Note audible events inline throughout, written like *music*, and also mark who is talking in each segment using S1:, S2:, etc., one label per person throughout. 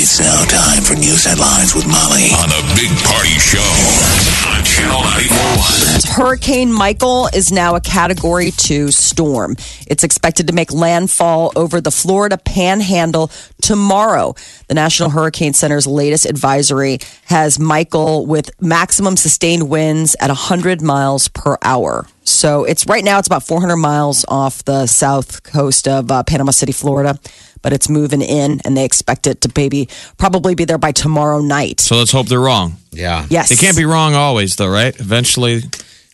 S1: It's now time for news headlines with Molly on the Big Party Show on Channel 941.
S2: Hurricane Michael is now a Category 2 storm. It's expected to make landfall over the Florida panhandle tomorrow. The National Hurricane Center's latest advisory has Michael with maximum sustained winds at 100 miles per hour. So it's right now, it's about 400 miles off the south coast of uh, Panama City, Florida, but it's moving in and they expect it to maybe probably be there by tomorrow night.
S3: So let's hope they're wrong.
S4: Yeah.
S2: yes.
S3: They can't be wrong always, though, right? Eventually,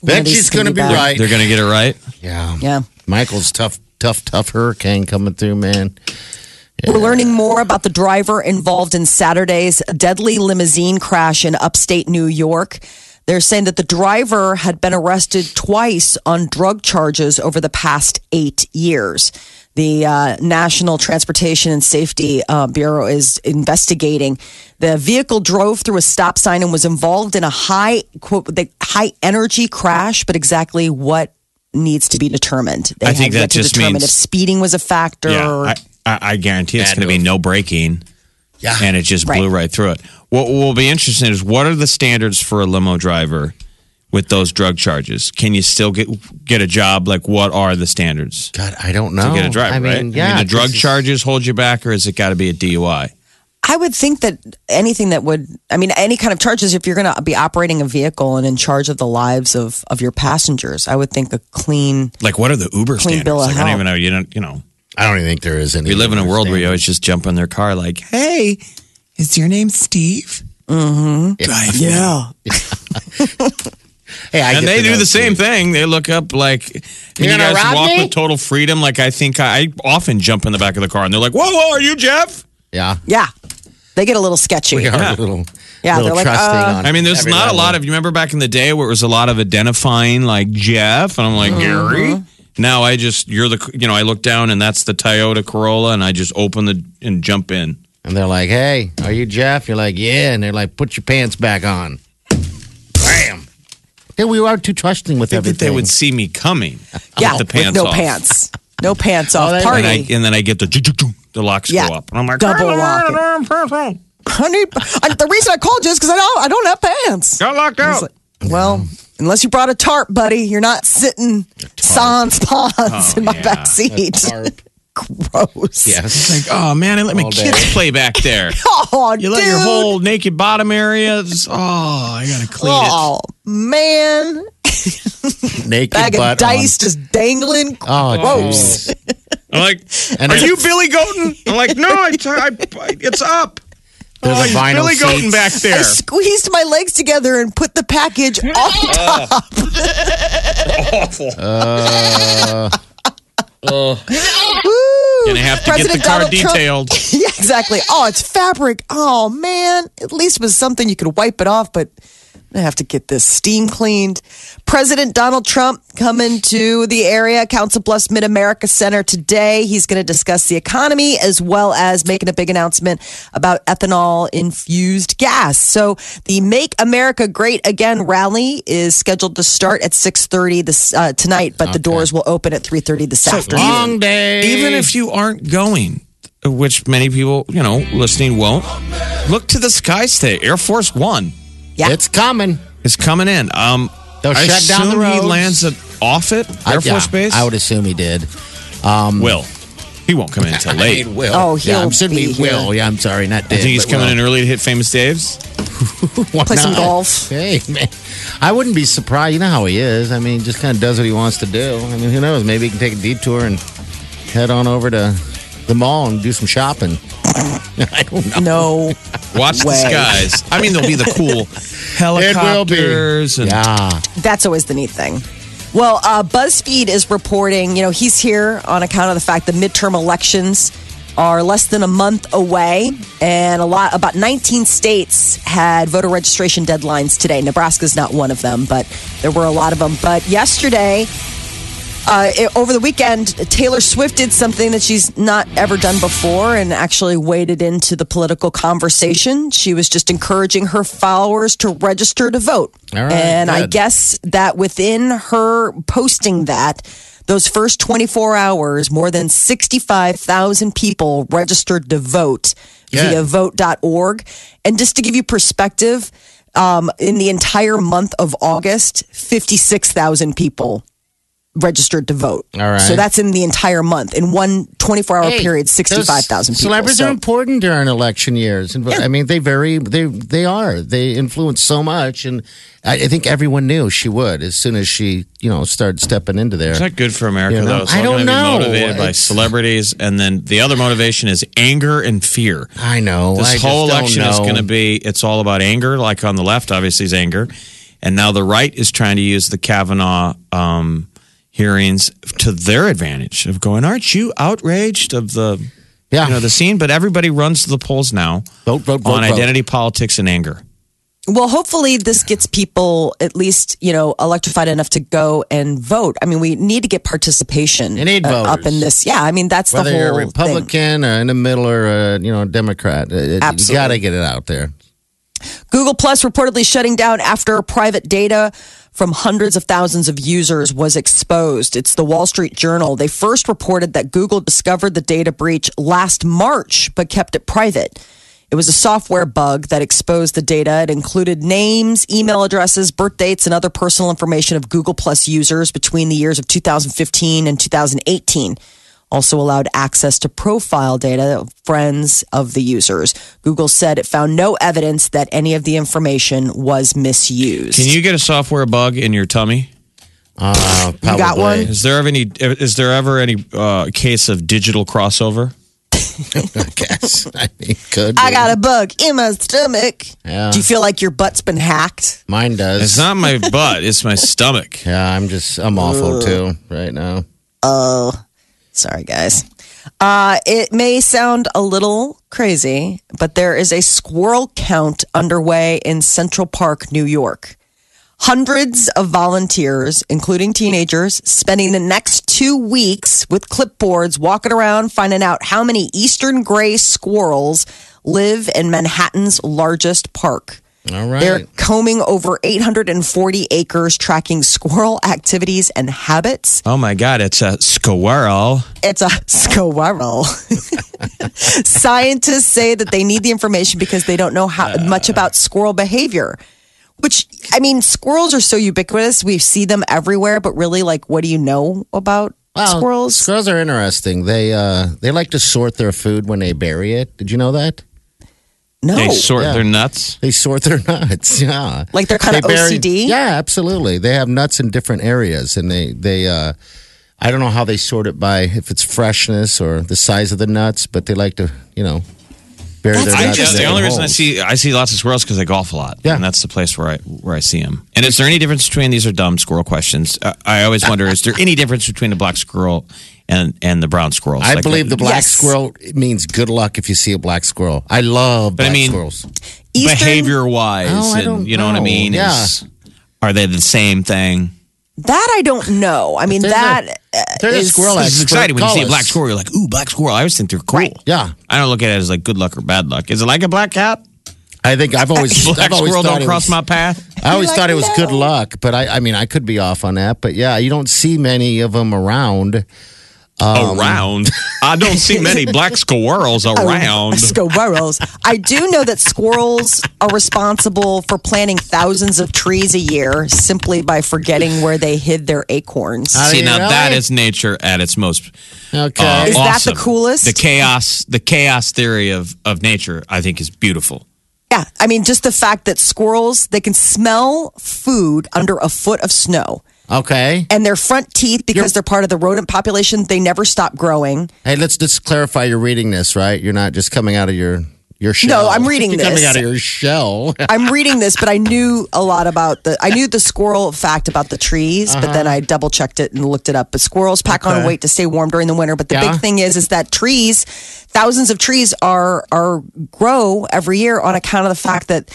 S4: Bet
S2: Yeah,
S4: she's
S2: these
S4: going to
S2: can
S4: be
S2: be bad.
S4: right.
S3: they're going to get it right.
S4: Yeah.
S2: Yeah.
S4: Michael's tough, tough, tough hurricane coming through, man.
S2: We're learning more about the driver involved in Saturday's deadly limousine crash in upstate New York. They're saying that the driver had been arrested twice on drug charges over the past eight years. The uh, National Transportation and Safety uh, Bureau is investigating. The vehicle drove through a stop sign and was involved in a high quote the high energy crash, but exactly what needs to be determined. They
S3: I think
S2: have yet
S3: that
S2: to
S3: just
S2: determine
S3: means-
S2: if speeding was a factor. or-
S3: I, I, I guarantee it's
S4: Had
S3: going to be
S4: to.
S3: no braking.
S4: Yeah.
S3: And it just blew right through it. What will be interesting is what are the standards for a limo driver with those drug charges? Can you still get get a job? Like, what are the standards
S4: God, I don't
S3: to
S4: know.
S3: get a drive?
S4: Oh, I mean,
S3: right?
S4: yeah.
S3: I mean, the drug
S4: this is-
S3: charges hold you back, or is it got to be a DUI?
S2: I would think that anything that would, I mean, any kind of charges, if you're going to be operating a vehicle and in charge of the lives of, of your passengers, I would think a clean,
S3: Like, what are the Uber
S2: Clean
S3: standards?
S2: bill of
S3: Like, I don't
S2: health.
S3: even know. You don't. You know.
S4: I don't even think there is any.
S3: We live in a world where you always just jump in their car, like, "Hey, is your name Steve?" Mm-hmm. Drive.
S2: yeah.
S4: Hey, I
S3: and
S4: get
S3: they
S4: to
S3: do
S4: know
S3: the same thing. They look up like and you
S4: gonna
S3: guys
S4: rob
S3: walk
S4: me?
S3: with total freedom. Like I think I, I often jump in the back of the car and they're like, "Whoa, whoa, are you Jeff?"
S4: *laughs* Yeah. *laughs*
S2: Yeah. They get a little sketchy.
S4: We are
S3: Yeah.
S4: a little,
S2: Yeah,
S4: little
S2: they're like,
S4: trusting
S2: uh,
S4: on
S3: I mean, there's
S4: every
S3: not a
S4: level.
S3: lot of. You remember back in the day where it was a lot of identifying, like Jeff, and I'm like
S2: Mm-hmm.
S3: Gary. Now I just you're the you know I look down and that's the Toyota Corolla and I just open the and jump in.
S4: And they're like, hey, are you Jeff? You're like, yeah. And they're like, put your pants back on. Bam. Yeah, we are too trusting with
S3: I think that
S4: everything.
S3: they would see me coming.
S2: yeah.
S3: with the pants
S2: with no
S3: off.
S2: pants. No
S3: Oh,
S2: pants off.
S4: they-
S2: Party.
S3: And I, and then I get the the locks
S2: Yeah.
S3: go up and I'm like
S2: Double Honey, I, the reason I called you is because I don't, I don't have pants.
S3: Got locked out.
S2: Well, unless you brought a tarp, buddy, you're not sitting sans pons in my
S3: Oh,
S2: back seat.
S4: Tarp.
S2: *laughs*
S3: *laughs*
S2: Gross.
S4: Yes.
S3: oh man, I let my
S4: All day.
S3: kids play back *laughs* there.
S2: Oh,
S3: You let your
S2: dude.
S3: whole naked bottom area. it's- Oh, I gotta clean
S2: Oh, man.
S4: Naked
S2: bag
S4: butt
S2: of dice just dangling.
S4: On. Oh, gross.
S2: Gross.
S3: it. I'm like,
S4: And
S3: are
S4: it's-
S3: you Billy Goaton? I'm like, no, I, I, it's up.
S4: There's
S3: oh,
S4: a
S3: he's
S4: vinyl
S3: Billy Goaton *laughs*
S4: seats.
S3: back
S2: I
S3: there.
S2: squeezed my legs together and put the package on top. *laughs*
S3: Awful. Uh,
S2: Ooh.
S3: Gonna have to get
S2: President
S3: the car
S2: Donald Trump-
S3: detailed.
S2: *laughs* yeah, exactly. Oh, it's fabric. Oh man, at least it was something you could wipe it off, but I have to get this steam cleaned. President Donald Trump coming to the area, Council Bluffs Mid America Center today. He's going to discuss the economy as well as making a big announcement about ethanol infused gas. So the Make America Great Again rally is scheduled to start at six thirty this uh, tonight, but the doors will open at three thirty this afternoon.
S4: Long day.
S3: Even if you aren't going, which many people, you know, listening won't, look to the sky today. Air Force One
S2: Yeah.
S4: It's coming.
S3: is coming in. Um,
S4: They'll
S3: I
S4: shut down the
S3: assume he
S4: roads.
S3: lands it off it, Air
S4: I- yeah,
S3: Force Base.
S4: I would assume he did.
S3: Will. He won't come in *laughs* until late.
S4: I mean, Will.
S2: Oh,
S4: yeah,
S2: he'll
S4: I'm assuming
S2: be
S4: he will. Yeah, I'm sorry, not did.
S3: Do you think he's
S4: but
S3: coming
S4: will.
S3: in early to hit Famous Dave's?
S2: *laughs*
S4: Why
S2: Play some
S4: not?
S2: golf.
S4: Hey, man. I wouldn't be surprised. You know how he is. I mean, just kind of does what he wants to do. I mean, who knows? Maybe he can take a detour and head on over to the mall and do some shopping. I don't know.
S2: No.
S3: Watch
S2: Way.
S3: the skies. I mean, there'll be the cool
S4: It will be.
S3: *laughs* helicopters. And
S4: Yeah.
S2: That's always the neat thing. Well, uh, BuzzFeed is reporting, you know, he's here on account of the fact the midterm elections are less than a month away, and a lot about 19 states had voter registration deadlines today. Nebraska's not one of them, but there were a lot of them. But yesterday, uh, it, over the weekend, Taylor Swift did something that she's not ever done before and actually waded into the political conversation. She was just encouraging her followers to register to vote.
S4: All right,
S2: and I
S4: good.
S2: guess that within her posting that, those first 24 hours, more than 65,000 people registered to vote
S4: Good.
S2: via vote.org. And just to give you perspective, um, in the entire month of August, 56,000 people registered to vote.
S4: All right.
S2: So that's in the entire month. In one 24 hour
S4: Hey,
S2: period,
S4: those
S2: 65,000 people.
S4: Celebrities
S2: So-
S4: are important during election years. And I mean, they very they they are. They influence so much, and I, I think everyone knew she would as soon as she you know started stepping into there.
S3: It's not good for America,
S4: You know,
S3: though. So
S4: I
S3: we're
S4: don't
S3: gonna Be
S4: know.
S3: motivated by
S4: It's-
S3: celebrities, and then the other motivation is anger and fear.
S4: I know. I
S3: This
S4: just
S3: whole
S4: don't
S3: election is
S4: know.
S3: going to be it's all about anger. Like on the left, obviously, is anger, and now the right is trying to use the Kavanaugh um, hearings to their advantage of going, "Aren't you outraged of the
S4: Yeah.
S3: you know the scene?" But everybody runs to the polls now
S4: Vote, vote, vote,
S3: on
S4: vote.
S3: identity politics and anger.
S2: Well, hopefully this gets people at least, you know, electrified enough to go and vote. I mean, we need to get participation
S4: You need
S2: uh, up
S4: voters.
S2: in this. Yeah, I mean, that's
S4: Whether
S2: the whole
S4: you're a
S2: thing.
S4: Republican or in the middle or a, you know a Democrat, uh, you
S2: Absolutely.
S4: got to get it out there.
S2: Google Plus reportedly shutting down after private data from hundreds of thousands of users was exposed. It's the Wall Street Journal. They first reported that Google discovered the data breach last March but kept it private. It was a software bug that exposed the data. It included names, email addresses, birth dates, and other personal information of Google Plus users between the years of 2015 and 2018 also allowed access to profile data of friends of the users. Google said it found no evidence that any of the information was misused.
S3: Can you get a software bug in your tummy?
S4: Uh,
S2: You got
S4: probably.
S3: Is there ever any? Is there ever any uh, case of digital crossover?
S4: I guess. *laughs* I mean, could.
S2: I
S4: be.
S2: got a bug in my stomach.
S4: Yeah.
S2: Do you feel like your butt's been hacked?
S4: Mine does.
S3: It's not my butt; it's my stomach.
S4: yeah, I'm just I'm awful too right now.
S2: Oh, Sorry, guys. Uh, it may sound a little crazy, but there is a squirrel count underway in Central Park, New York. Hundreds of volunteers, including teenagers, spending the next two weeks with clipboards walking around finding out how many eastern gray squirrels live in Manhattan's largest park.
S4: All right.
S2: They're combing over 840 acres, tracking squirrel activities and habits
S3: Oh my God, it's a squirrel.
S2: it's a squirrel. *laughs* Scientists say that they need the information because they don't know how
S4: Uh.
S2: much about squirrel behavior. Which I mean, squirrels are so ubiquitous; we see them everywhere. But really, like, what do you know about
S4: Well,
S2: squirrels?
S4: Squirrels are interesting. They uh, they like to sort their food when they bury it. Did you know that?
S2: no,
S3: They sort
S4: Oh, yeah.
S3: their nuts.
S4: They sort their *laughs* nuts. Yeah,
S2: Like they're kinda
S4: They
S2: OCD?
S4: Yeah, absolutely. They have nuts in different areas, and they they uh, I don't know how they sort it by if it's freshness or the size of the nuts, but they like to you know bury
S2: That's
S4: their
S3: I
S4: nuts.
S3: just
S4: in
S3: the only
S4: different
S3: reason I see
S4: holes.
S3: I see lots of squirrels because I golf a lot.
S4: Yeah.
S3: and that's the place where I where I see them. And is there any difference between these are dumb squirrel questions? Uh, I always wonder is there any difference between the black squirrel and and the brown squirrels?
S4: I
S3: Like, uh,
S4: believe the black
S2: Yes.
S4: squirrel it means good luck if you see a black squirrel. I love
S3: But I
S4: black
S3: mean-
S4: squirrels.
S2: uh, Eastern-
S3: behavior wise,
S4: Oh, I
S3: and
S4: don't
S3: you know, what I
S4: know.
S3: mean.
S4: Yeah.
S3: Is, are they the same thing?
S2: that I don't know. I mean,
S4: They're
S2: that uh,
S4: If They're
S2: is-
S4: a squirrel.
S3: It's
S4: expert,
S3: exciting when you
S4: call
S3: see a
S4: us.
S3: black squirrel. You're like, ooh, black squirrel. I always think they're cool.
S4: Yeah,
S3: I don't look at it as like good luck or bad luck. Is it like a black
S4: *laughs*
S3: cat?
S4: I think I've always
S3: Black
S4: I've always
S3: squirrel don't
S4: thought it
S3: cross
S4: was-
S3: my path.
S4: I always
S2: Like,
S4: thought it was
S2: no.
S4: good luck, but I, I mean, I could be off on that. But yeah, you don't see many of them around. Um,
S3: around. I don't see
S4: *laughs*
S3: many black squirrels
S2: *laughs*
S3: around.
S2: Squirrels. I do know that squirrels are responsible for planting thousands of trees a year simply by forgetting where they hid their acorns.
S4: I
S3: See,
S4: mean,
S3: now that
S4: really?
S3: is nature at its most.
S4: Okay.
S3: uh,
S2: Is that the
S3: awesome.
S2: coolest?
S3: The chaos, the chaos theory of of nature, I think, is beautiful.
S2: Yeah, I mean, just the fact that squirrels they can smell food under a foot of snow,
S4: okay.
S2: and their front teeth, because they're part of the rodent population, they never stop growing.
S4: Hey, let's just clarify. You're reading this, right? You're not just coming out of your your shell.
S2: I'm reading
S4: *laughs* You're coming
S2: this.
S4: out of your shell.
S2: I'm reading this, but I knew a lot about the. I knew the squirrel fact about the trees, but then
S4: Uh-huh.
S2: I double checked it and looked it up. But squirrels pack on weight to stay warm during the winter. But the
S4: Yeah.
S2: big thing is, is that trees, thousands of trees are are grow every year on account of the fact that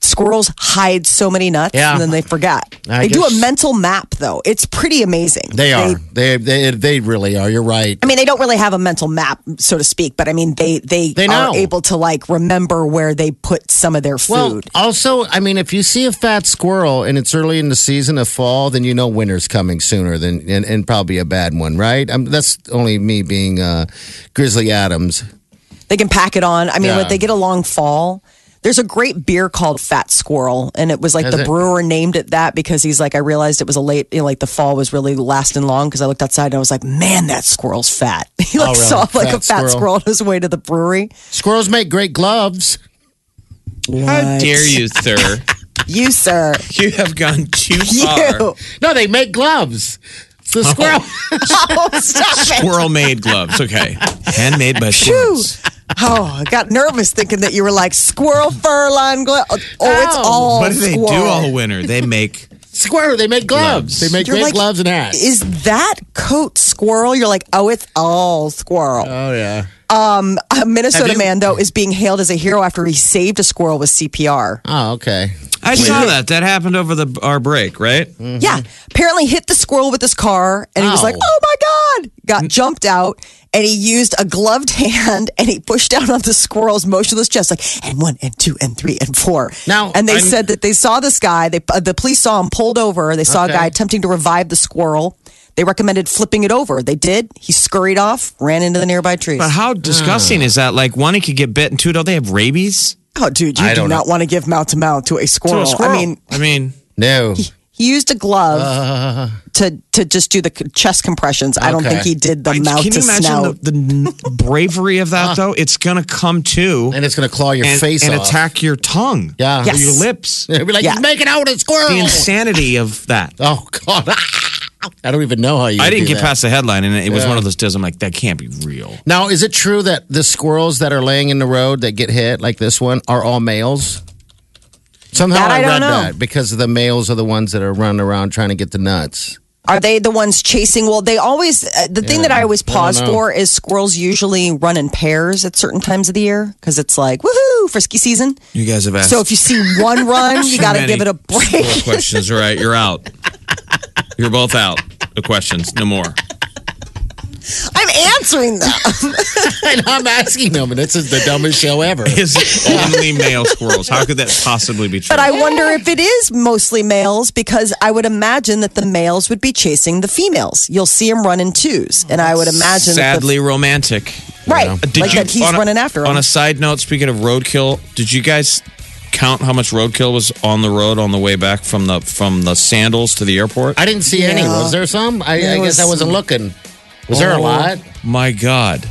S2: squirrels hide so many nuts
S4: Yeah.
S2: and then they forget.
S4: I
S2: they do a
S4: guess-
S2: mental map though. It's pretty amazing.
S4: They are. They, they they really are. You're right.
S2: I mean, they don't really have a mental map, so to speak, but I mean, they they,
S4: They
S2: are
S4: know.
S2: able to like remember where they put some of their food.
S4: Well, also, I mean, if you see a fat squirrel and it's early in the season of fall, then you know winter's coming sooner than and, and probably a bad one, right? Um that's only me being uh, Grizzly Adams.
S2: They can pack it on. I mean,
S4: Yeah.
S2: when they get a long fall, there's a great beer called Fat Squirrel, and it was like
S4: Is
S2: the
S4: it?
S2: brewer named it that because he's like, I realized it was a late, you know, like the fall was really lasting long because I looked outside and I was like, man, that squirrel's fat. *laughs* He like
S4: Oh, really?
S2: saw like a
S4: Fat
S2: fat
S4: squirrel.
S2: squirrel on his way to the brewery.
S4: Squirrels make great gloves.
S3: How dare you,
S4: *laughs*
S3: sir?
S2: You, sir,
S3: you have gone too far.
S2: you.
S4: No, they make gloves. It's the squirrel. *laughs*
S2: Oh, stop it.
S3: Squirrel made gloves. Okay. Handmade by squirrels.
S2: Oh, I got nervous thinking that you were like squirrel fur line glove. Oh, it's
S4: Ow.
S2: all
S3: What do they
S2: squirrel.
S3: do all winter? They make
S4: Squirrel. They make gloves.
S3: Gloves.
S4: They make
S2: You're
S4: great
S2: like,
S4: gloves and hats.
S2: Is that coat squirrel? You're like, oh, it's all squirrel.
S4: oh yeah.
S2: A Minnesota
S4: Have you-
S2: man, though, is being hailed as a hero after he saved a squirrel with CPR.
S4: Oh okay.
S3: I saw that. That happened over the our break, right?
S4: Mm-hmm.
S2: Yeah. Apparently hit the squirrel with his car and he was
S4: Ow.
S2: like, oh my God.
S4: Mm.
S2: Got jumped out and he used a gloved hand *laughs* and he pushed down on the squirrel's motionless chest, like, and one, and two, and three, and four.
S4: Now,
S2: and they
S4: I'm-
S2: said that they saw this guy. They, uh, the police saw him pulled over. They saw a
S4: Okay.
S2: guy attempting to revive the squirrel. They recommended flipping it over. They did. He scurried off, ran into the nearby trees.
S3: But how disgusting is that? Like one, it could get bit, and two, don't they have rabies?
S2: Oh, dude, you
S4: I
S2: do
S4: don't know.
S2: not want to give mouth to mouth to a
S3: To
S2: squirrel.
S3: a squirrel.
S2: I mean,
S3: I mean,
S4: No.
S2: he used a glove to to just do the c- chest compressions. I don't
S4: Okay.
S2: think he did the
S3: I-
S2: mouth
S3: can
S2: to
S3: you imagine
S2: snout.
S3: the, the bravery of that? though, it's gonna come to
S4: And it's gonna claw your
S3: and,
S4: face
S3: and
S4: off.
S3: attack your tongue,
S4: Yeah.
S3: or
S2: Yes.
S3: your lips.
S4: They'd be like,
S2: Yeah.
S4: he's making out with a squirrel.
S3: The insanity of that.
S4: oh god. *laughs* I don't even know how you.
S3: I
S4: could
S3: didn't
S4: do
S3: get
S4: that.
S3: past the headline, and it was one of those deals. I'm like, that can't be real.
S4: Now, is it true that the squirrels that are laying in the road that get hit, like this one, are all males? Somehow
S2: That I
S4: I,
S2: don't
S4: read
S2: know.
S4: that because the males are the ones that are running around trying to get the nuts. *laughs*
S2: Are they the ones chasing? Well, they always. Uh, the thing that I always pause
S4: know.
S2: for is squirrels usually run in pairs at certain times of the year because it's like woohoo frisky season.
S3: You guys have asked
S2: So if you see one run, you
S3: Too
S2: got to
S3: many
S2: give it a
S3: squirrel *laughs*
S2: break. *laughs*
S3: questions, all right? You're out. You're both out. The questions, no more.
S2: I'm answering them.
S4: and I'm asking them, and this is the dumbest show ever.
S3: Is it only male squirrels? How could that possibly be true?
S2: But I wonder if it is mostly males because I would imagine that the males would be chasing the females. You'll see them run in twos, and I would imagine
S3: sadly
S2: that
S3: romantic. Uh,
S2: the, right,
S3: Did
S2: like
S3: you-
S2: that he's
S3: on a-
S2: running after
S3: On
S2: them.
S3: a side note, speaking of roadkill, did you guys count how much roadkill was on the road on the way back from the from the sandals to the airport?
S4: I didn't see any.
S2: Yeah.
S4: Was there some? I, I
S2: There
S4: guess
S2: was
S4: I wasn't looking. Was there a
S3: Oh,
S4: lot?
S3: My God,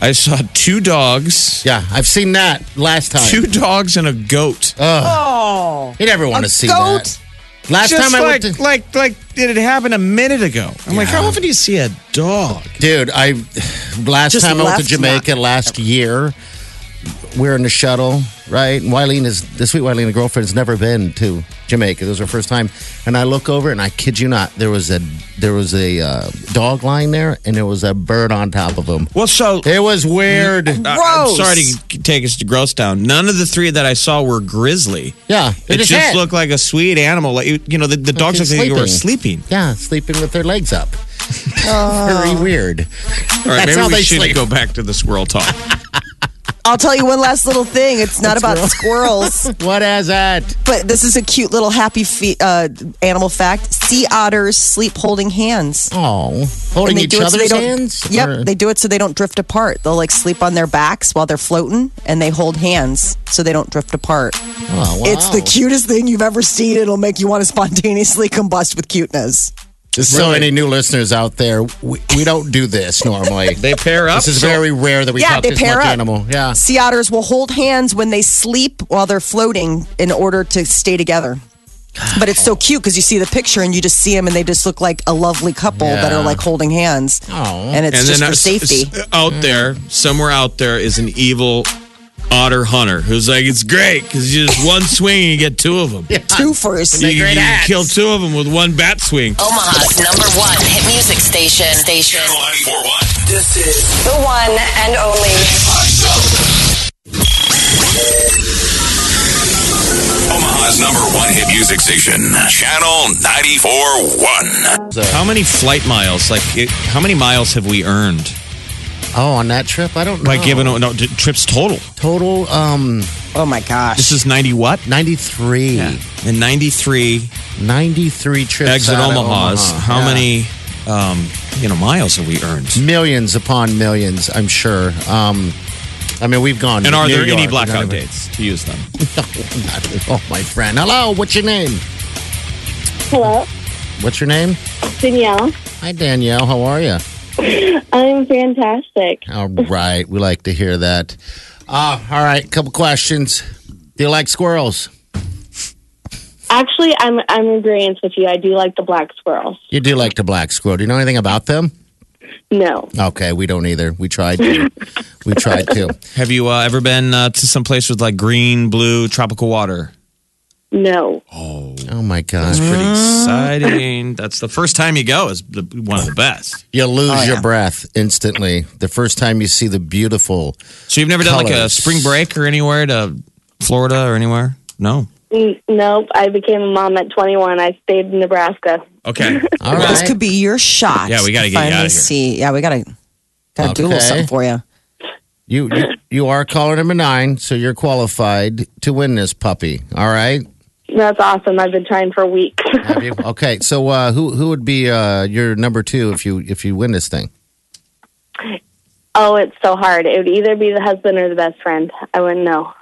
S3: I saw two dogs,
S4: Yeah, I've seen that last time.
S3: two dogs and a goat.
S2: oh,
S4: You never want
S2: A
S4: to see
S2: goat?
S4: that. Last
S3: Just
S4: time I
S3: like,
S4: went to,
S3: like like it had happened a minute ago. I'm like, how often do you see a dog?
S4: dude, I last
S2: Just
S4: time I went to
S2: left
S4: Jamaica last year. We're in the shuttle, right? And Wileen is the sweet Wileen, the girlfriend, has never been to Jamaica. This was her first time, and I look over, and I kid you not, there was a there was a uh, dog lying there, and there was a bird on top of him.
S3: Well, so
S4: It was weird.
S3: I-
S2: Gross.
S3: Uh, I'm sorry to take us to gross town. None of the three that I saw were grizzly.
S4: Yeah,
S3: It
S4: it
S3: just,
S4: just had-
S3: looked like a sweet animal. Like you, you know, the, the dogs looked like they were
S4: *laughs*
S3: sleeping.
S4: Yeah, sleeping with their legs up. *laughs* Very
S2: Oh.
S4: weird.
S3: All right,
S4: That's
S3: maybe
S4: how
S3: we
S4: they
S3: should
S4: sleep.
S3: go back to the squirrel talk.
S2: I'll tell you one last little thing. It's not about squirrels,
S4: *laughs* What is that?
S2: but this is a cute little happy fe- uh, animal fact. Sea otters sleep holding hands.
S4: Oh, holding
S2: And they
S4: each
S2: do it so they
S4: other's
S2: don't-
S4: hands.
S2: Yep,
S4: Or-
S2: they do it so they don't drift apart. They'll like sleep on their backs while they're floating, and they hold hands so they don't drift apart.
S4: Oh, wow.
S2: It's the cutest thing you've ever seen. It'll make you want to spontaneously combust with cuteness.
S4: So, any new listeners out there, we, we don't do this normally.
S3: *laughs* They pair up.
S4: this is
S3: so-
S4: very rare that we
S2: Yeah,
S4: talk
S2: they
S4: this
S2: pair
S4: much
S2: up.
S4: animal. Yeah.
S2: Sea otters will hold hands when they sleep while they're floating in order to stay together. But it's so cute because you see the picture and you just see them and they just look like a lovely couple that are
S4: Yeah.
S2: like holding hands.
S4: Aw.
S2: And it's
S3: and
S2: just
S3: then
S2: for
S3: us- uh,
S2: safety.
S3: s- out there, somewhere out there, is an evil daughter Hunter, who's like, it's great because you just one swing and you get two of them.
S2: Two first.
S3: You, you
S4: great
S3: can
S4: axe.
S3: kill two of them with one bat swing.
S5: Omaha's number one hit music station. Station.
S1: Channel 941. This is
S6: The one and only.
S1: our show. Omaha's number one hit music station, Channel 941.
S3: How many flight miles? Like, it, how many miles have we earned
S4: Oh, on that trip, I don't know.
S3: by giving no t- trips total?
S4: total um
S2: Oh my gosh.
S3: This is ninety what?
S4: 93,
S3: And ninety three
S4: 93 trips
S3: exit
S4: out of
S3: Omaha's.
S4: Omaha.
S3: How
S4: Yeah.
S3: many, um, you know, miles have we earned?
S4: millions upon millions? I'm sure. Um, I mean, we've gone.
S3: And
S4: to
S3: are
S4: New
S3: there any
S4: York,
S3: blackout
S4: *laughs* not even-
S3: dates to use them?
S4: Not at all, my friend. Hello, what's your name?
S7: Hello,
S4: What's your name?
S7: Danielle.
S4: Hi, Danielle. How are you?
S7: I'm fantastic.
S4: All right, we like to hear that. Uh, all right, couple questions. Do you like squirrels?
S7: Actually, I'm I'm in agreeance with you. I do like the black squirrels.
S4: You do like the black squirrel. Do you know anything about them?
S7: No,
S4: Okay, we don't either. We tried to. we tried to.
S3: Have you uh, ever been uh, to some place with like green, blue, tropical water?
S7: no.
S4: Oh my gosh.
S3: Pretty exciting. That's the first time you go is the, one of the best.
S4: You lose
S2: Oh,
S4: your breath instantly the first time you see the beautiful.
S3: So you've never done like a
S4: Colors.
S3: spring break or anywhere to Florida or anywhere? No.
S7: N- nope. I became a mom at 21. I stayed in Nebraska.
S3: *laughs* Okay.
S4: All right.
S2: This could be your shot.
S3: Yeah, we gotta
S2: to
S3: get you
S2: finally
S3: outta here.
S2: See, yeah, we gotta gotta do a little
S4: Okay.
S2: something for you.
S4: You, you you are caller number nine, so you're qualified to win this puppy. All right.
S7: That's awesome. I've been trying for weeks. *laughs*
S4: Have you? Okay. So uh, who who would be uh, your number two if you if you win this thing?
S7: oh, it's so hard. It would either be the husband or the best friend. I wouldn't know.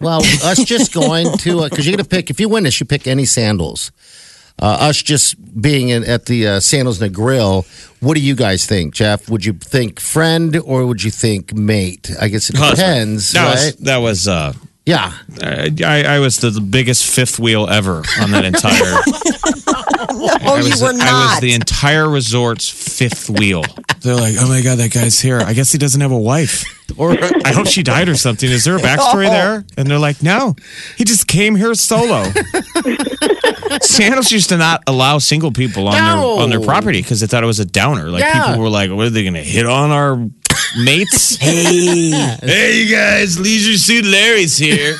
S4: Well, us just going to because you're gonna pick if you win this, you pick any sandals. Uh, us just being in, at the uh, sandals and the grill. What do you guys think, Jeff? Would you think friend or would you think mate? I guess it
S3: Husband.
S4: depends,
S3: That
S4: right?
S3: was that was uh,
S4: yeah. *laughs*
S3: I, I was the, the biggest fifth wheel ever on that entire. *laughs*
S2: Oh,
S3: I
S2: you
S3: was,
S2: were not.
S3: I was the entire resort's fifth wheel. They're like, oh my god, that guy's here. I guess he doesn't have a wife, or I hope she died or something. Is there a backstory there? And they're like, no, he just came here solo. Sandals used to not allow single people on
S4: No.
S3: their on their property because they thought it was a downer. Like
S4: Yeah.
S3: people were like, what are they going to hit on our mates? hey, hey, you guys, Leisure Suit Larry's here.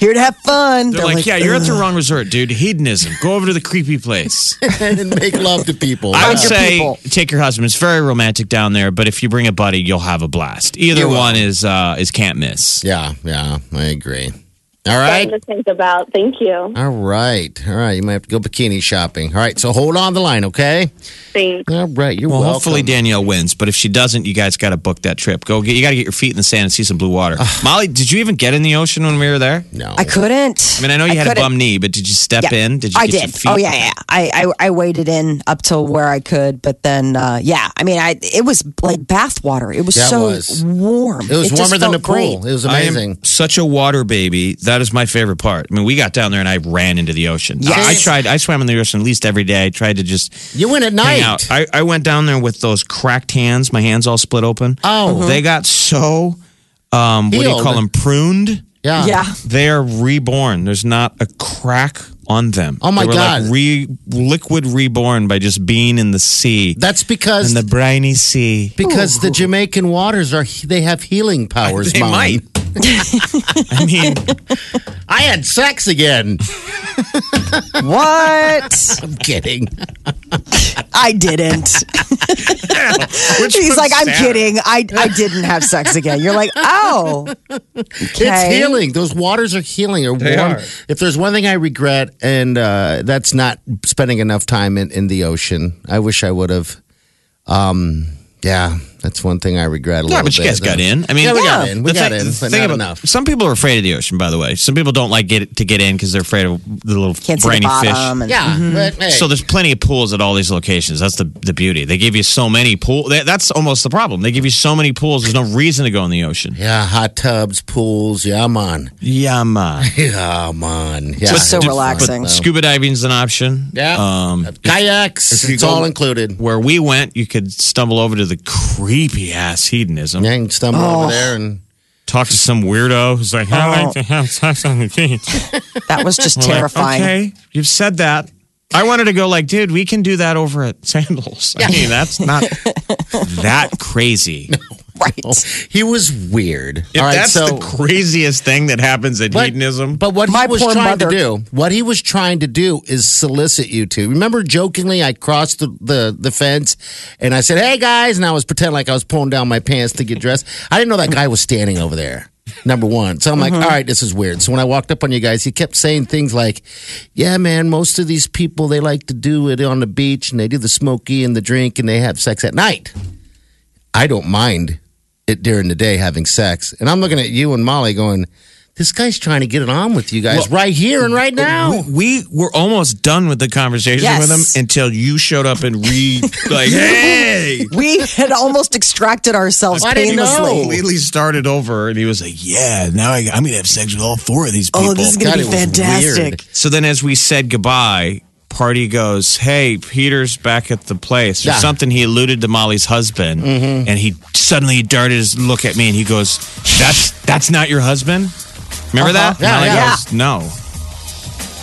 S2: here to have fun.
S3: They're like, yeah, you're at the wrong resort, dude. Hedonism. Go over to the creepy place.
S4: and make love to people.
S3: I would
S4: Yeah.
S3: say
S2: people.
S3: take your husband. It's very romantic down there, but if you bring a buddy, you'll have a blast. Either
S4: You will.
S3: one is uh, is can't miss.
S4: Yeah, yeah, I agree. All right.
S7: Something to think about. Thank you.
S4: All right. All right. You might have to go bikini shopping. All right. So hold on the line, okay?
S7: Thanks.
S4: All right. You're
S3: Well,
S4: welcome.
S3: hopefully Danielle wins, but if she doesn't, you guys got to book that trip. Go get you got to get your feet in the sand and see some blue water. Molly, did you even get in the ocean when we were there?
S4: No.
S2: I couldn't.
S3: I mean, I know you had a
S2: couldn't.
S3: bum knee, but did you step
S2: Yeah.
S3: in? Did you?
S2: I
S3: get your
S2: did.
S3: feet?
S2: Oh yeah, yeah. I, I I waded in up to where I could, but then uh, yeah. I mean, I it was like bath water. It was
S4: Yeah, it
S2: so
S4: was.
S2: warm.
S4: It was
S2: just
S4: warmer than the
S2: felt
S4: pool.
S2: great.
S4: It was
S3: I am
S4: amazing.
S3: such a water baby. That is my favorite part. I mean, we got down there and I ran into the ocean.
S2: Yes.
S3: I, I tried. I swam in the ocean at least every day. I tried to just
S4: You went at
S3: hang
S4: night.
S3: out. I, I went down there with those cracked hands. My hands all split open. Uh-huh.
S4: Oh. Mhm.
S3: they got so um, what do you
S4: Healed.
S3: call them? Pruned.
S4: Yeah.
S2: Yeah.
S3: They are reborn. There's not a crack on them.
S4: Oh, my
S3: they were
S4: God.
S3: Like re liquid reborn by just being in the sea,
S4: That's because
S3: in the briny sea.
S4: because the Jamaican waters are they have healing
S3: *laughs*
S4: powers.
S3: They
S4: Mom. *laughs*
S3: might. I mean,
S4: I had sex again. *laughs*
S2: What?
S4: I'm kidding.
S2: I didn't.
S3: which
S2: He's
S3: one's
S2: like, I'm
S3: sadder?
S2: kidding. I I didn't have sex again. You're like, oh,
S4: It's
S2: Okay.
S4: healing. Those waters are healing. Are
S3: They
S4: warm.
S3: are.
S4: If there's one thing I regret, and uh, that's not spending enough time in, in the ocean. I wish I would have. Um, yeah, that's one thing I regret
S3: *laughs*
S4: a
S3: Yeah,
S4: little
S3: but
S4: bit.
S3: you guys got in. I mean,
S4: Yeah, we got in. We
S3: The
S4: got
S3: thing-
S4: in,
S3: the
S4: but
S3: thing
S4: not
S3: about-
S4: enough.
S3: Some people are afraid of the ocean, by the way. Some people don't like get to get in because they're afraid of the little
S2: can't see the
S3: briny
S2: bottom. And,
S3: fish.
S4: Yeah, but, hey,
S3: So there's plenty of pools at all these locations. That's the the beauty. They give you so many pools. That's almost the problem. They give you so many pools. There's no reason to go in the ocean.
S4: yeah, hot tubs, pools. Yeah, I'm on.
S2: *laughs*
S3: Yeah, man.
S4: Yeah, I'm on. Yeah,
S2: Just so
S4: it's
S2: relaxing.
S4: fun, though.
S3: Scuba diving's an option.
S4: Yeah.
S3: Um,
S4: Kayaks.
S3: If you
S4: It's
S3: go-
S4: all included.
S3: where we went, you could stumble over to the creepy ass hedonism.
S2: Oh.
S4: Yeah, you can stumble over there and
S3: talk to some weirdo who's like, I like to have sex on the beach.
S2: That was
S4: *laughs*
S2: just
S3: We're like,
S2: Oh. *laughs* terrifying.
S3: okay, you've said that. I wanted to go like, dude, we can do that over at Sandals. *laughs* I mean, that's
S2: *laughs*
S3: not that crazy.
S2: Right.
S4: He was weird.
S3: If
S4: All right,
S3: that's
S4: so
S3: the craziest thing that happens in hedonism.
S4: But what
S2: My
S4: he was
S2: poor
S4: trying
S2: mother.
S4: to do, what he was trying to do is solicit you to. Remember, jokingly, I crossed the, the, the fence and I said, hey guys, and I was pretending like I was pulling down my pants to get dressed. I didn't know that guy was standing over there. Number one. So I'm like,
S2: Mm-hmm.
S4: all right, this is weird. So when I walked up on you guys, he kept saying things like, yeah, man, most of these people, they like to do it on the beach and they do the smoky and the drink and they have sex at night. I don't mind it during the day having sex. And I'm looking at you and Molly going, this guy's trying to get it on with you guys right here and right now.
S3: we were almost done with the conversation
S2: Yes.
S3: with him until you showed up and *laughs* re like, hey,
S2: We had almost extracted ourselves
S4: I didn't
S2: painlessly.
S4: know.
S3: completely started over, and he was like, yeah, now I, I'm gonna have sex with all four of these people.
S2: Oh, this is going
S4: God,
S2: to
S4: it
S2: be
S4: was weird.
S2: fantastic.
S3: So then, as we said goodbye, Party goes, Hey, Peter's back at the place, or
S4: Yeah. Mm-hmm.
S3: something. He alluded to Molly's husband, and he suddenly darted his look at me and he goes, That's that's not your husband? Remember that?
S4: Uh-huh.
S3: Molly
S4: Yeah, yeah.
S3: goes, No.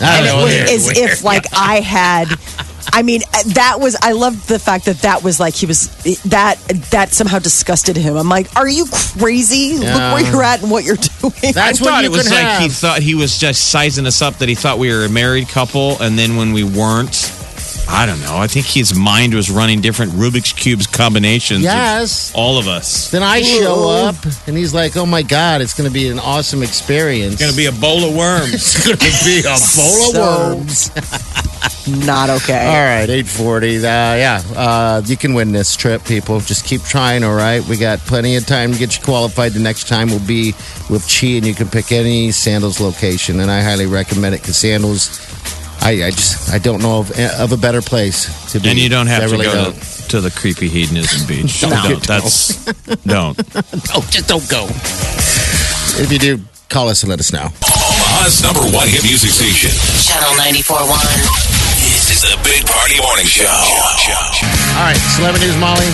S4: I
S2: And it
S4: don't
S2: was
S4: know.
S2: as if, like, I had. I mean, that was. I loved the fact that that was like he was that that somehow disgusted him. I'm like, are you crazy? Look where you're at and what you're *laughs* doing.
S4: That's
S3: I
S4: what
S3: thought
S4: you
S3: it was
S4: could
S3: like he
S4: have.
S3: thought he was just sizing us up that he thought we were a married couple, and then when we weren't, I don't know. I think his mind was running different Rubik's cubes combinations. of
S4: Yes.
S3: all of us.
S4: Then I show up and he's like, oh my God, it's going to be an awesome experience.
S3: It's gonna be a bowl of worms.
S4: *laughs* It's going to be a bowl of
S2: So-
S4: worms. *laughs*
S2: Not okay.
S4: All right, 840. Uh, yeah, uh, you can win this trip, people. Just keep trying, all right? We got plenty of time to get you qualified. The next time will be with Chi, and you can pick any Sandals location. And I highly recommend it because Sandals, I, I just I don't know of, of a better place to be.
S3: And you don't have
S4: I
S3: to
S4: really
S3: go
S4: don't.
S3: To, to the creepy
S4: *laughs*
S3: hedonism beach.
S4: No.
S3: Don't. that's don't.
S4: Oh, just don't go. If you do, call us and let us know.
S1: Omaha's number one hit music station.
S5: Channel 94.1.
S1: This is the Big Party Morning Show.
S4: All right, celebrity news, Molly.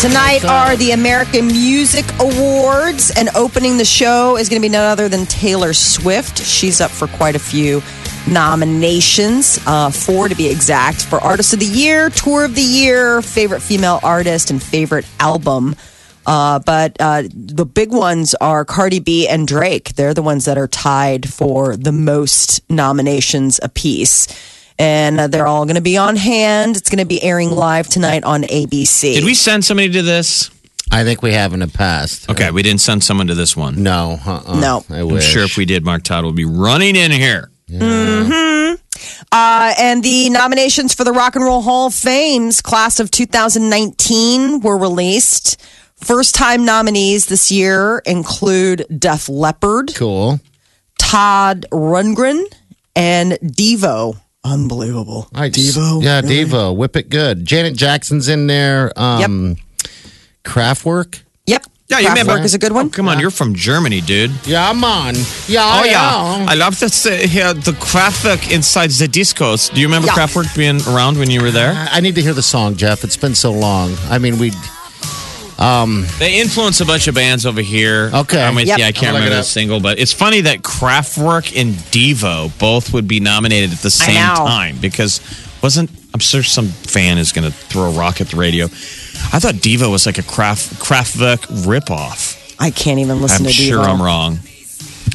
S2: Tonight are the American Music Awards, and opening the show is going to be none other than Taylor Swift. She's up for quite a few nominations, uh, four to be exact, for Artist of the Year, Tour of the Year, Favorite Female Artist, and Favorite Album. Uh, but uh, the big ones are Cardi B and Drake. They're the ones that are tied for the most nominations apiece. And uh, they're all going to be on hand. It's going to be airing live tonight on ABC.
S3: Did we send somebody to this?
S4: I think we have in the past.
S3: Okay, we didn't send someone to this one.
S4: No, uh-uh.
S2: No.
S4: I
S3: I'm
S4: wish.
S3: sure if we did, Mark Todd would be running in here.
S2: Uh, and the nominations for the Rock and Roll Hall of Fame's class of 2019 were released. First time nominees this year include Def Leppard,
S4: Cool.
S2: Todd Rundgren, and Devo. Unbelievable.
S4: All right, Devo. Yeah, Devo. Whip it good. Janet Jackson's in there. Um, Kraftwerk.
S2: Yep.
S3: Yeah, you
S2: Kraftwerk
S3: remember-
S2: is a good one.
S3: Oh, come on, you're from Germany, dude.
S4: Yeah, I'm on. Yeah,
S3: Oh
S4: I
S3: yeah,
S4: am.
S3: I love this. Uh, here, the Kraftwerk inside the discos. Do you remember
S2: Yeah.
S3: Kraftwerk being around when you were there?
S4: I I need to hear the song, Jeff. It's been so long. I mean, we.
S3: They influence a bunch of bands over here.
S4: Okay.
S3: I mean,
S2: Yep.
S3: Yeah, I
S4: I'll
S3: can't
S4: look
S3: remember the
S4: it up.
S3: single, but it's funny that Kraftwerk and Devo both would be nominated at the same
S2: know.
S3: time because wasn't I'm sure some fan is going to throw a rock at the radio. I thought Devo was like a Kraft Kraftwerk ripoff.
S2: I can't even listen to
S3: I'm sure
S2: Devo.
S3: I'm wrong.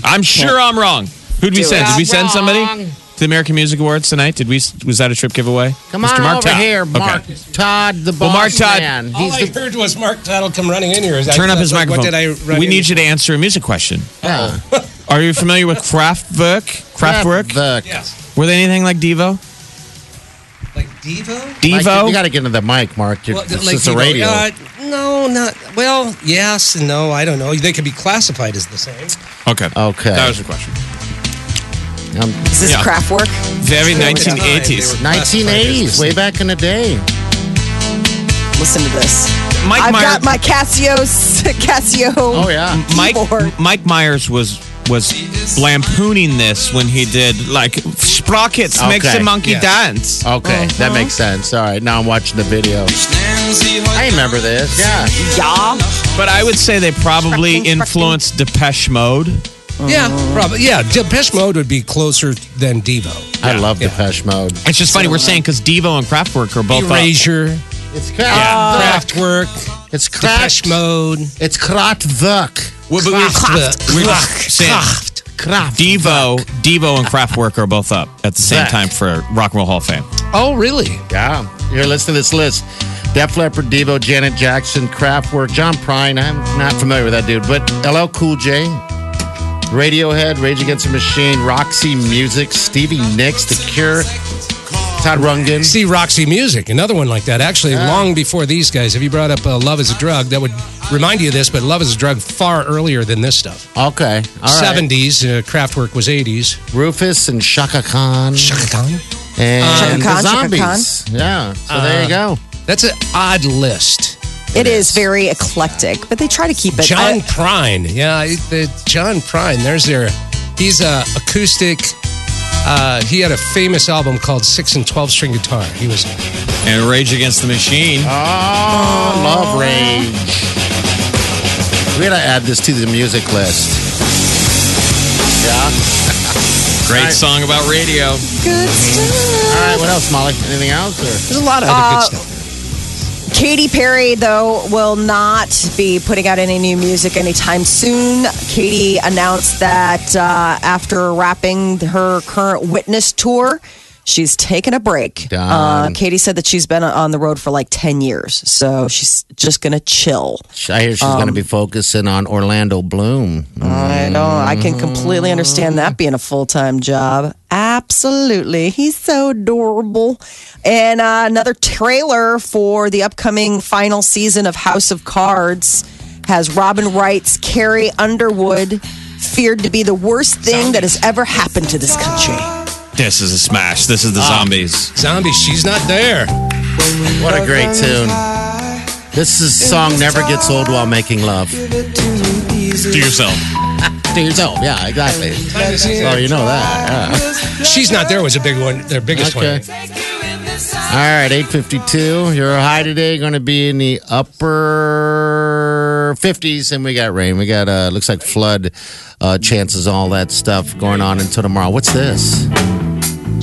S3: I'm sure I'm wrong. Who'd we
S2: Do
S3: send?
S2: it.
S3: Did we send somebody
S4: wrong.
S3: to the American Music Awards tonight? Did we? Was that a trip giveaway?
S4: Come
S3: Mr.
S4: on
S3: Mark
S4: over
S3: Todd.
S4: here, Mark
S3: Okay.
S4: Todd, the boss
S3: Well, Mark Todd-
S4: man.
S6: All
S4: He's
S6: I
S4: the,
S6: heard was Mark Todd will come running in here. I-
S3: Turn up his
S6: what-
S3: microphone.
S6: What did I run
S3: we
S6: in-
S3: need you to answer a music question.
S4: yeah.
S3: Are you familiar with Kraftwerk? Kraftwerk?
S4: Kraftwerk.
S6: Yes.
S3: Were they anything like Devo?
S6: Like Devo?
S4: Mike,
S3: Devo?
S4: you got to get into the mic, Mark. You're,
S6: Well,
S4: it's
S6: like
S4: just a
S6: Devo.
S4: radio.
S6: Uh, no, not. Well, yes and no. I don't know. They could be classified as the same.
S3: okay.
S4: Okay.
S3: That was the question.
S4: Um,
S2: Is this
S3: Yeah.
S2: Kraftwerk?
S3: Very
S6: At the time, they
S3: 1980s.
S6: were classified
S4: 1980s,
S6: as-
S4: way back in the day.
S2: Listen to this.
S3: Mike
S2: I've
S3: Myers.
S2: got my Casio, *laughs* Casio.
S4: Oh yeah.
S2: keyboard.
S3: Mike, Mike Myers was was lampooning this when he did like sprockets makes
S4: Okay.
S3: the monkey
S6: Yes.
S3: dance.
S4: Uh-huh. Okay, that makes sense. All right, now I'm watching the video. I remember this. Yeah.
S2: Yeah.
S3: But I would say they probably influenced Depeche Mode.
S6: Yeah, probably. Yeah, Depeche Mode would be closer than Devo.
S4: I love Depeche Mode.
S3: It's just funny we're saying because Devo and Kraftwerk are both. uh,
S6: Erasure,
S4: It's craft.
S6: Kraftwerk,
S4: it's craft.
S6: Depeche Mode,
S4: It's Kraftwerk.
S3: well, but we-
S6: Kraftwerk.
S3: we were saying
S4: Kraft.
S3: Devo, Devo, and Kraftwerk are both up at the same
S4: Zach.
S3: time for Rock and Roll Hall of Fame.
S6: Oh, really?
S4: Yeah. Here, listen to this list. Def Leppard, Devo, Janet Jackson, Kraftwerk, John Prine. I'm not familiar with that dude, but LL Cool J, Radiohead, Rage Against the Machine, Roxy Music, Stevie Nicks, The Cure, Todd Rundgren.
S6: See Roxy Music, another one like that. Actually,
S4: Ah.
S6: long before these guys, if you brought up uh, Love is a Drug, that would remind you of this, but Love is a Drug far earlier than this stuff.
S4: Okay. All right.
S6: 70s, uh, Kraftwerk was 80s.
S4: Rufus and Shaka Khan.
S2: Chaka
S4: and
S2: Khan, Chaka
S4: the
S2: Khan.
S4: Zombies. Yeah. So there you go.
S6: That's an odd list.
S2: It is very eclectic, but they try to keep it.
S6: John
S2: I-
S6: Prine. Yeah, it- the John Prine. There's their. He's a acoustic. Uh, he had a famous album called Six and Twelve String Guitar. He was
S3: And Rage Against the Machine.
S4: Oh, love rage. We gotta add this to the music list. Yeah.
S3: Great
S4: right.
S3: song about radio.
S2: good stuff.
S4: All right. What else, Molly? Anything else? Or?
S6: there's a lot of other
S2: Uh,
S4: Uh,
S6: good stuff.
S2: Katy Perry, though, will not be putting out any new music anytime soon. Katy announced that uh, after wrapping her current Witness tour, she's taking a break. Uh,
S4: Done.
S2: Katy said that she's been on the road for like 10 years, so she's just going to chill.
S4: I hear she's gonna be focusing on Orlando Bloom.
S2: I know. I can completely understand that being a full time job. Absolutely. He's so adorable. And uh, another trailer for the upcoming final season of House of Cards has Robin Wright's Carrie Underwood feared to be the worst thing that has ever happened to this country.
S3: This is a smash. This is the zombies.
S6: Zombie. She's not there.
S4: What a great tune. This is song never gets old while making love.
S3: Do yourself.
S4: To yourself. Yeah, exactly. Oh, you know that.
S6: She's not there was a big one. Their
S4: Yeah.
S6: biggest
S4: Okay.
S6: one.
S4: All right, 852. Your high today going to be in the upper 50s, and we got rain. We got, uh, looks like flood uh, chances, all that stuff going on until tomorrow. What's this?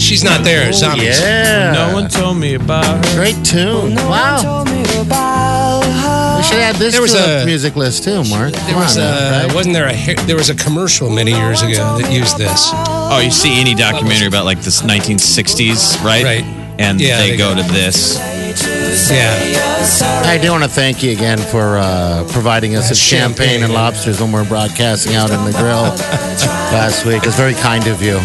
S6: She's not there. Zombies.
S4: Oh, Yeah.
S3: No one told me about her.
S4: Great tune. Wow. We should add this
S6: There was
S4: to the
S6: a-
S4: music list, too, Mark.
S6: There was a, wasn't there a ha- there was a commercial many years ago that used this.
S3: Oh, you see any documentary about like this 1960s, right?
S6: Right.
S3: And
S6: Yeah,
S3: they,
S6: they
S3: go
S6: go.
S3: to this.
S6: Yeah.
S4: I do want to thank you again for uh, providing us with champagne,
S6: champagne.
S4: and lobsters when we're broadcasting out in the grill last week. It's very kind of you.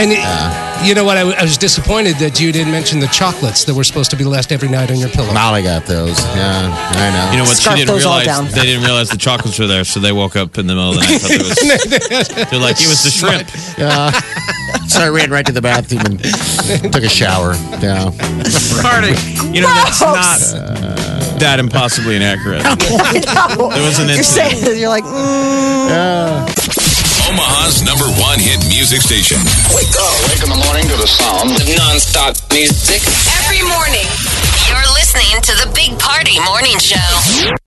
S6: And it- you know what? I, w- I was disappointed that you didn't mention the chocolates that were supposed to be left every night on your pillow.
S4: Molly got those. Yeah, I know.
S3: You know what?
S2: Scarf
S3: she didn't
S2: those all
S3: realize
S2: down.
S3: they didn't realize the chocolates were there, so they woke up in the middle of the night. Thought it *laughs* was, they're like, it was the shrimp.
S4: So I ran right to the bathroom and took a shower. Yeah.
S3: You know, that's not that impossibly inaccurate. *laughs* There was an
S2: You're
S3: incident.
S2: saying, you're like, mm.
S1: Omaha's number one hit music station. Wake up.
S8: Wake in the morning to the sound.
S5: Non-stop music.
S9: Every morning, you're listening to the Big Party Morning Show.